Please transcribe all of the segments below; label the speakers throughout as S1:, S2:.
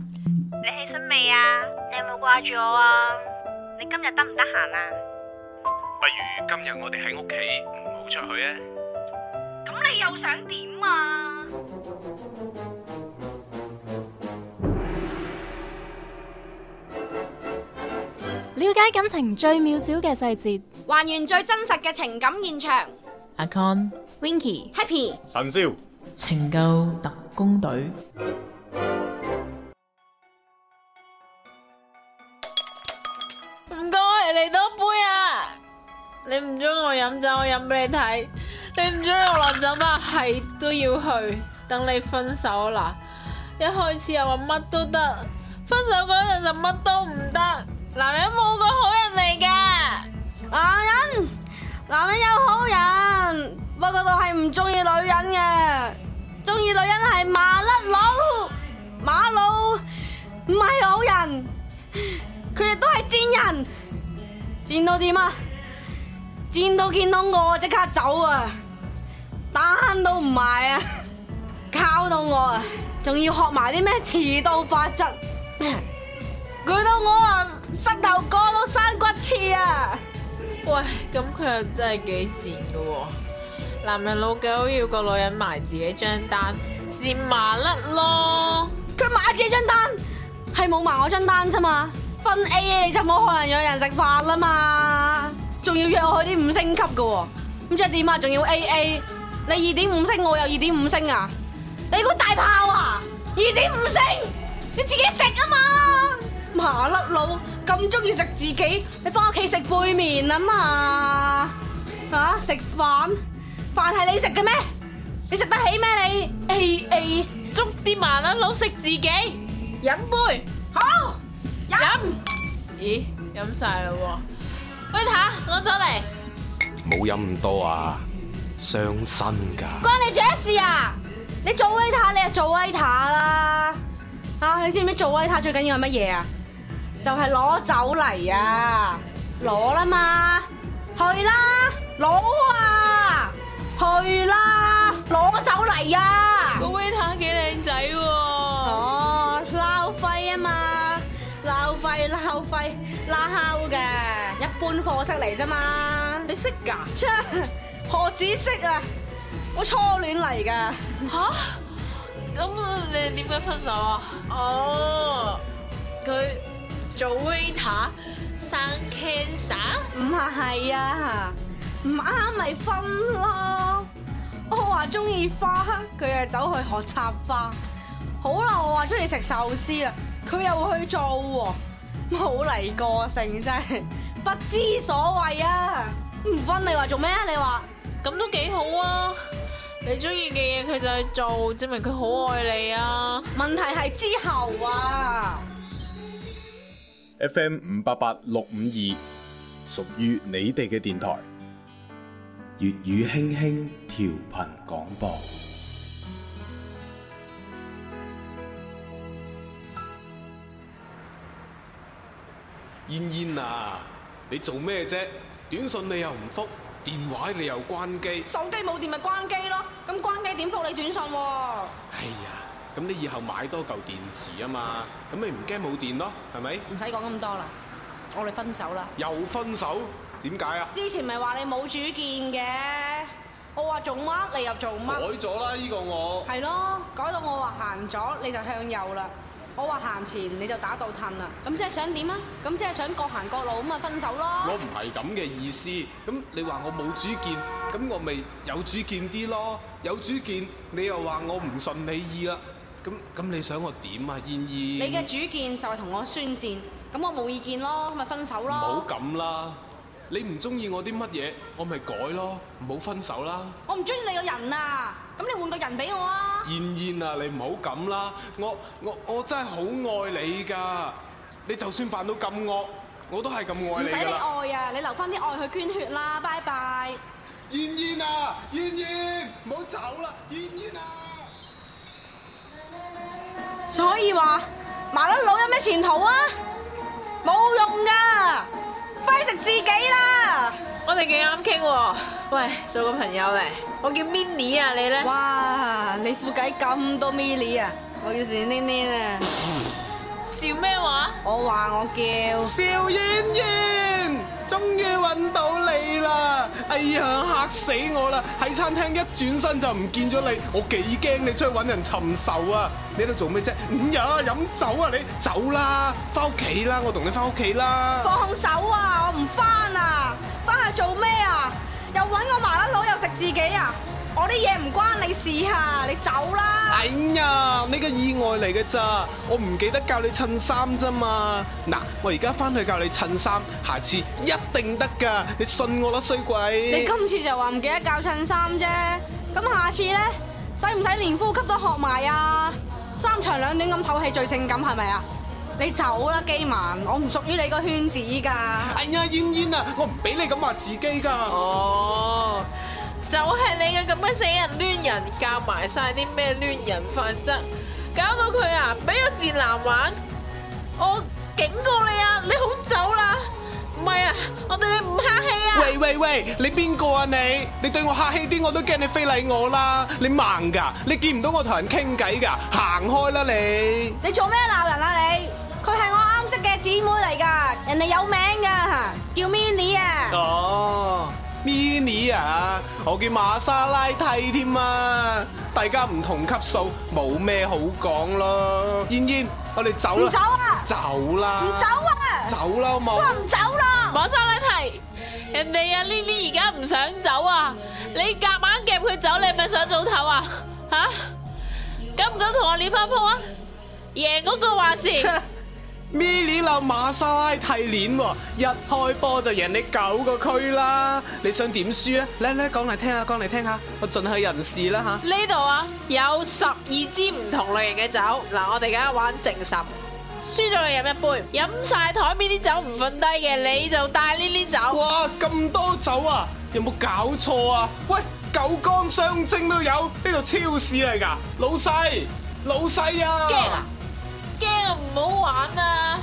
S1: 你起身未啊？你有冇掛住我啊？你今日得唔得閒啊？
S2: 不如今日我哋喺屋企唔好出去啊！
S1: 咁你又想點啊？
S3: 了解感情最渺小嘅細節。
S4: 還原最真實嘅情感現場。
S5: 阿 Con
S3: Winky
S4: Happy，
S6: 神少，
S5: 情救特工隊。
S7: 唔該，嚟多杯啊！你唔中意我飲酒，我飲俾你睇；你唔中意我落酒吧，係都要去。等你分手啦，一開始又話乜都得，分手嗰陣就乜都唔得。男人冇個好人嚟噶。
S4: 男人，男人有好人，不過都係唔中意女人嘅，中意女人係麻甩佬，馬佬唔係好人，佢哋都係賤人，賤到點啊？賤到見到我即刻走啊，單都唔埋啊，搞到我啊，仲要學埋啲咩遲到法則，攰到我啊，膝頭哥都生骨刺啊！
S7: 喂，咁佢又真係幾賤噶喎！男人老狗要個女人埋自己張單，賤麻甩咯！
S4: 佢買自己張單，係冇埋我張單啫嘛。分 A 你就冇可能有人食飯啦嘛。仲要約我去啲五星級嘅喎，咁即係點啊？仲要 A A，你二點五星，我又二點五星啊！你個大炮啊，二點五星，你自己食啊嘛！麻甩佬咁中意食自己，你翻屋企食杯麵啊嘛？嚇、食飯，飯係你食嘅咩？你食得起咩你？A A。
S7: 捉啲麻甩佬食自己，飲杯
S4: 好，飲
S7: 飲。咦，飲晒啦喎！喂，睇下攞咗嚟，
S2: 冇飲咁多啊，傷身㗎。
S4: 關你做事啊！你做 waiter 你就做 waiter 啦，啊！你知唔知做 waiter 最緊要係乜嘢啊？就係攞酒嚟啊！攞啦嘛，去啦，攞啊，去啦，攞酒嚟啊！
S7: 個 waiter 幾靚仔喎！
S4: 哦，撈費啊嘛，撈費撈費拉烤嘅，一般課室嚟啫嘛。
S7: 你識㗎？
S4: 切，何止識啊！我初戀嚟㗎。
S7: 吓？咁你點解分手啊？哦，佢做 waiter 生 cancer。
S4: 唔係啊，唔啱咪分咯。我話中意花，佢又走去學插花。好啦，我話中意食壽司啦，佢又去做喎，冇嚟個性真係不知所謂啊！唔分你話做咩啊？你話
S7: 咁都幾好啊！你中意嘅嘢佢就去做，證明佢好愛你啊！
S4: 問題係之後啊，
S6: FM 五八八六五二，屬於你哋嘅電台，粵語輕輕調頻廣播。
S8: 燕燕啊，你做咩啫？短信你又唔覆，電話你又關機。
S4: 手機冇電咪關機咯，咁關機點覆你短信喎？
S8: 哎呀，咁你以後買多嚿電池啊嘛，咁你唔驚冇電咯，係咪？
S4: 唔使講咁多啦，我哋分手啦。
S8: 又分手？點解啊？
S4: 之前咪話你冇主見嘅，我話做乜你又做
S8: 改
S4: 乜，
S8: 咗啦，呢個我。
S4: 係咯，改到我話行左你就向右啦，我話行前你就打倒褪啦，咁即係想點啊？咁即係想各行各路咁咪分手
S8: 我
S4: 咯。
S8: 唔係咁嘅意思，咁你話我冇主見，咁我咪有主見啲咯。有主見，你又話我唔順你意啦。咁咁你想我點啊，燕
S4: 你
S8: 燕？
S4: 嘅主見就係同我宣戰，咁我冇意見咯，咪分手
S8: 唔好
S4: 咯。
S8: 咁啦，你唔中意我啲乜嘢，我咪改咯，唔好分手啦。
S4: 我唔中意你個人啊，咁你換個人俾我啊。
S8: 燕燕啊，你唔好咁啦，我我我真係好愛你㗎，你就算扮到咁惡，我都係咁
S4: 唔
S8: 愛你
S4: 使
S8: 㗎
S4: 你
S8: 啦。
S4: 愛啊，你留翻啲愛去捐血啦，拜拜。
S8: 燕燕啊，燕燕，唔好走啦，燕燕啊！
S4: 所以話麻甩佬有咩前途啊？冇用噶，快食自己啦！
S7: 我哋幾啱傾喎，喂，做個朋友咧，我叫 Minnie 啊，你呢？
S4: 哇，你副計咁多 mili 啊！我要善黏黏啊！我話我叫，
S8: 邵燕燕，終於揾到你啦！哎呀，嚇死我啦！喺餐廳一轉身就唔見咗你，我幾驚你出去揾人尋仇啊！你喺度做咩啫？唔呀，飲酒啊你！走啦，翻屋企啦，我同你翻屋企啦。
S4: 放手啊！我唔翻啊！翻去做咩啊？又搵我麻甩佬又食自己啊！我啲嘢唔關你事啊！你走啦！
S8: 哎呀，呢個意外嚟嘅咋，我唔記得教你襯衫咋嘛。嗱，我而家翻去教你襯衫，下次一定得㗎，你信我啦，衰鬼。
S4: 你今次就話唔記得教襯衫啫，咁下次呢，使唔使連呼吸都學埋啊？三長兩短咁透氣最性感係咪啊？你走啦，基民，我唔屬於你個圈子㗎。
S8: 哎呀，燕燕啊，我唔俾你咁話自己㗎。
S7: 哦，就係你嘅咁嘅死人攣人，教埋晒啲咩攣人法則，搞到佢啊俾個賤男玩。我警告你啊，你好走啦！唔係啊，我對你唔客氣啊！
S8: 喂喂喂，你邊個啊你？你對我客氣啲，我都驚你非禮我啦！你盲㗎？你見唔到我同人傾偈㗎？行開啦你！
S4: 你做咩鬧人啊你？佢係我啱識嘅姊妹嚟噶，人哋有名噶，叫 Mini 啊！
S8: 哦，mini 啊，我叫馬莎拉蒂添啊！大家唔同級數，冇咩好講咯。燕燕，我哋走
S4: 唔
S8: 啦！
S4: 走啊！
S8: 走啦！
S4: 唔走！啊！
S8: 走啦好
S4: 我
S8: 冇？
S4: 話唔走啦！
S7: 馬莎拉提，人哋啊 Lily 而家唔想走啊，你夾硬夾佢走，你係咪想早唞啊？吓、敢唔敢同我練翻鋪啊？贏嗰個話事，
S8: 切 Milly 鬧馬莎拉替鏈喎，一開波就贏你九個區啦！你想點輸啊？嚟嚟講嚟聽下，講嚟聽下，我盡下人事啦吓。
S7: 呢度啊有十二支唔同類型嘅酒，嗱我哋而家玩正十，輸咗你飲一杯，飲晒台面啲酒唔瞓低嘅，你就帶呢啲酒。
S8: 哇，咁多酒啊！有冇搞錯啊？喂，九江雙蒸都有，呢度超市嚟㗎，老細，老細啊！
S7: 驚啊！驚啊！唔好玩啊！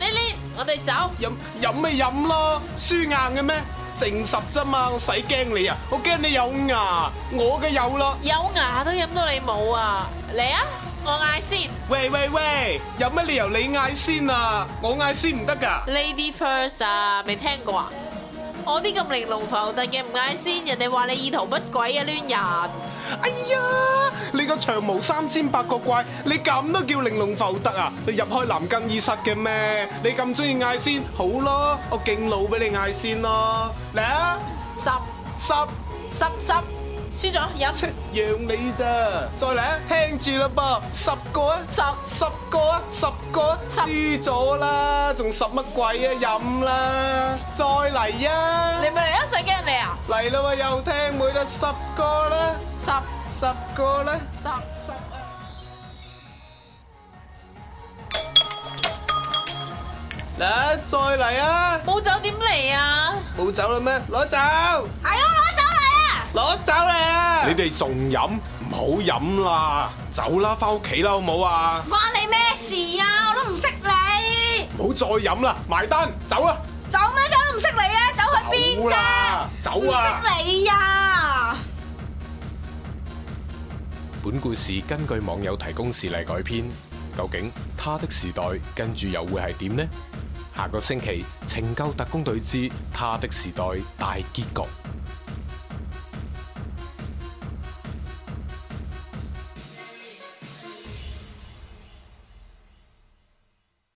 S7: 呢呢，我哋走。
S8: 飲飲咪飲咯，輸硬嘅咩？正十啫嘛，我使驚你啊！我驚你有牙，我嘅有啦。
S7: 有牙都飲到你冇啊！嚟啊，我嗌先
S8: 喂喂喂，有乜理由你嗌先啊？我嗌先唔得噶？
S7: ，Lady First 啊，未聽過啊？我啲咁玲瓏浮凸嘅唔嗌先，人哋話你意圖不軌啊，攣人！
S8: 哎呀，你個長毛三千八個怪，你咁都叫玲瓏浮凸啊？你入開男更衣室嘅咩？你咁中意嗌先，好咯，我敬老俾你嗌先咯。嚟啊，
S7: 十
S8: 十
S7: 十十，輸咗飲
S8: 切讓你咋？再嚟啊，聽住啦噃，十個啊！
S7: 十
S8: 十個啊，十個啊，輸咗啦，仲十乜鬼啊，飲啦，再嚟啊！
S7: 你咪嚟一世驚你啊！
S8: 嚟啦喎，又聽每得十個啦，
S7: 十
S8: 十個啦，
S7: 十
S8: 十啊！嚟啊，再嚟啊！
S7: 冇酒點嚟啊？
S8: 冇走啦咩？攞走，
S4: 係咯，攞走嚟啊！
S8: 攞走嚟啊！
S2: 你哋仲飲？唔好飲啦，
S8: 走啦，翻屋企啦，好唔好啊？
S4: 關你咩事啊？我都唔識你，
S8: 唔好再飲啦，埋單，走啦，
S4: 走咩走都唔識你啊？走去邊
S8: 走
S4: 啫？
S8: 啦，走
S4: 唔
S8: 啊！
S4: 識你啊！
S2: 本故事根據網友提供事例改編，究竟他的時代跟住又會係點呢？下個星期《情救特工隊之他的時代》大結局。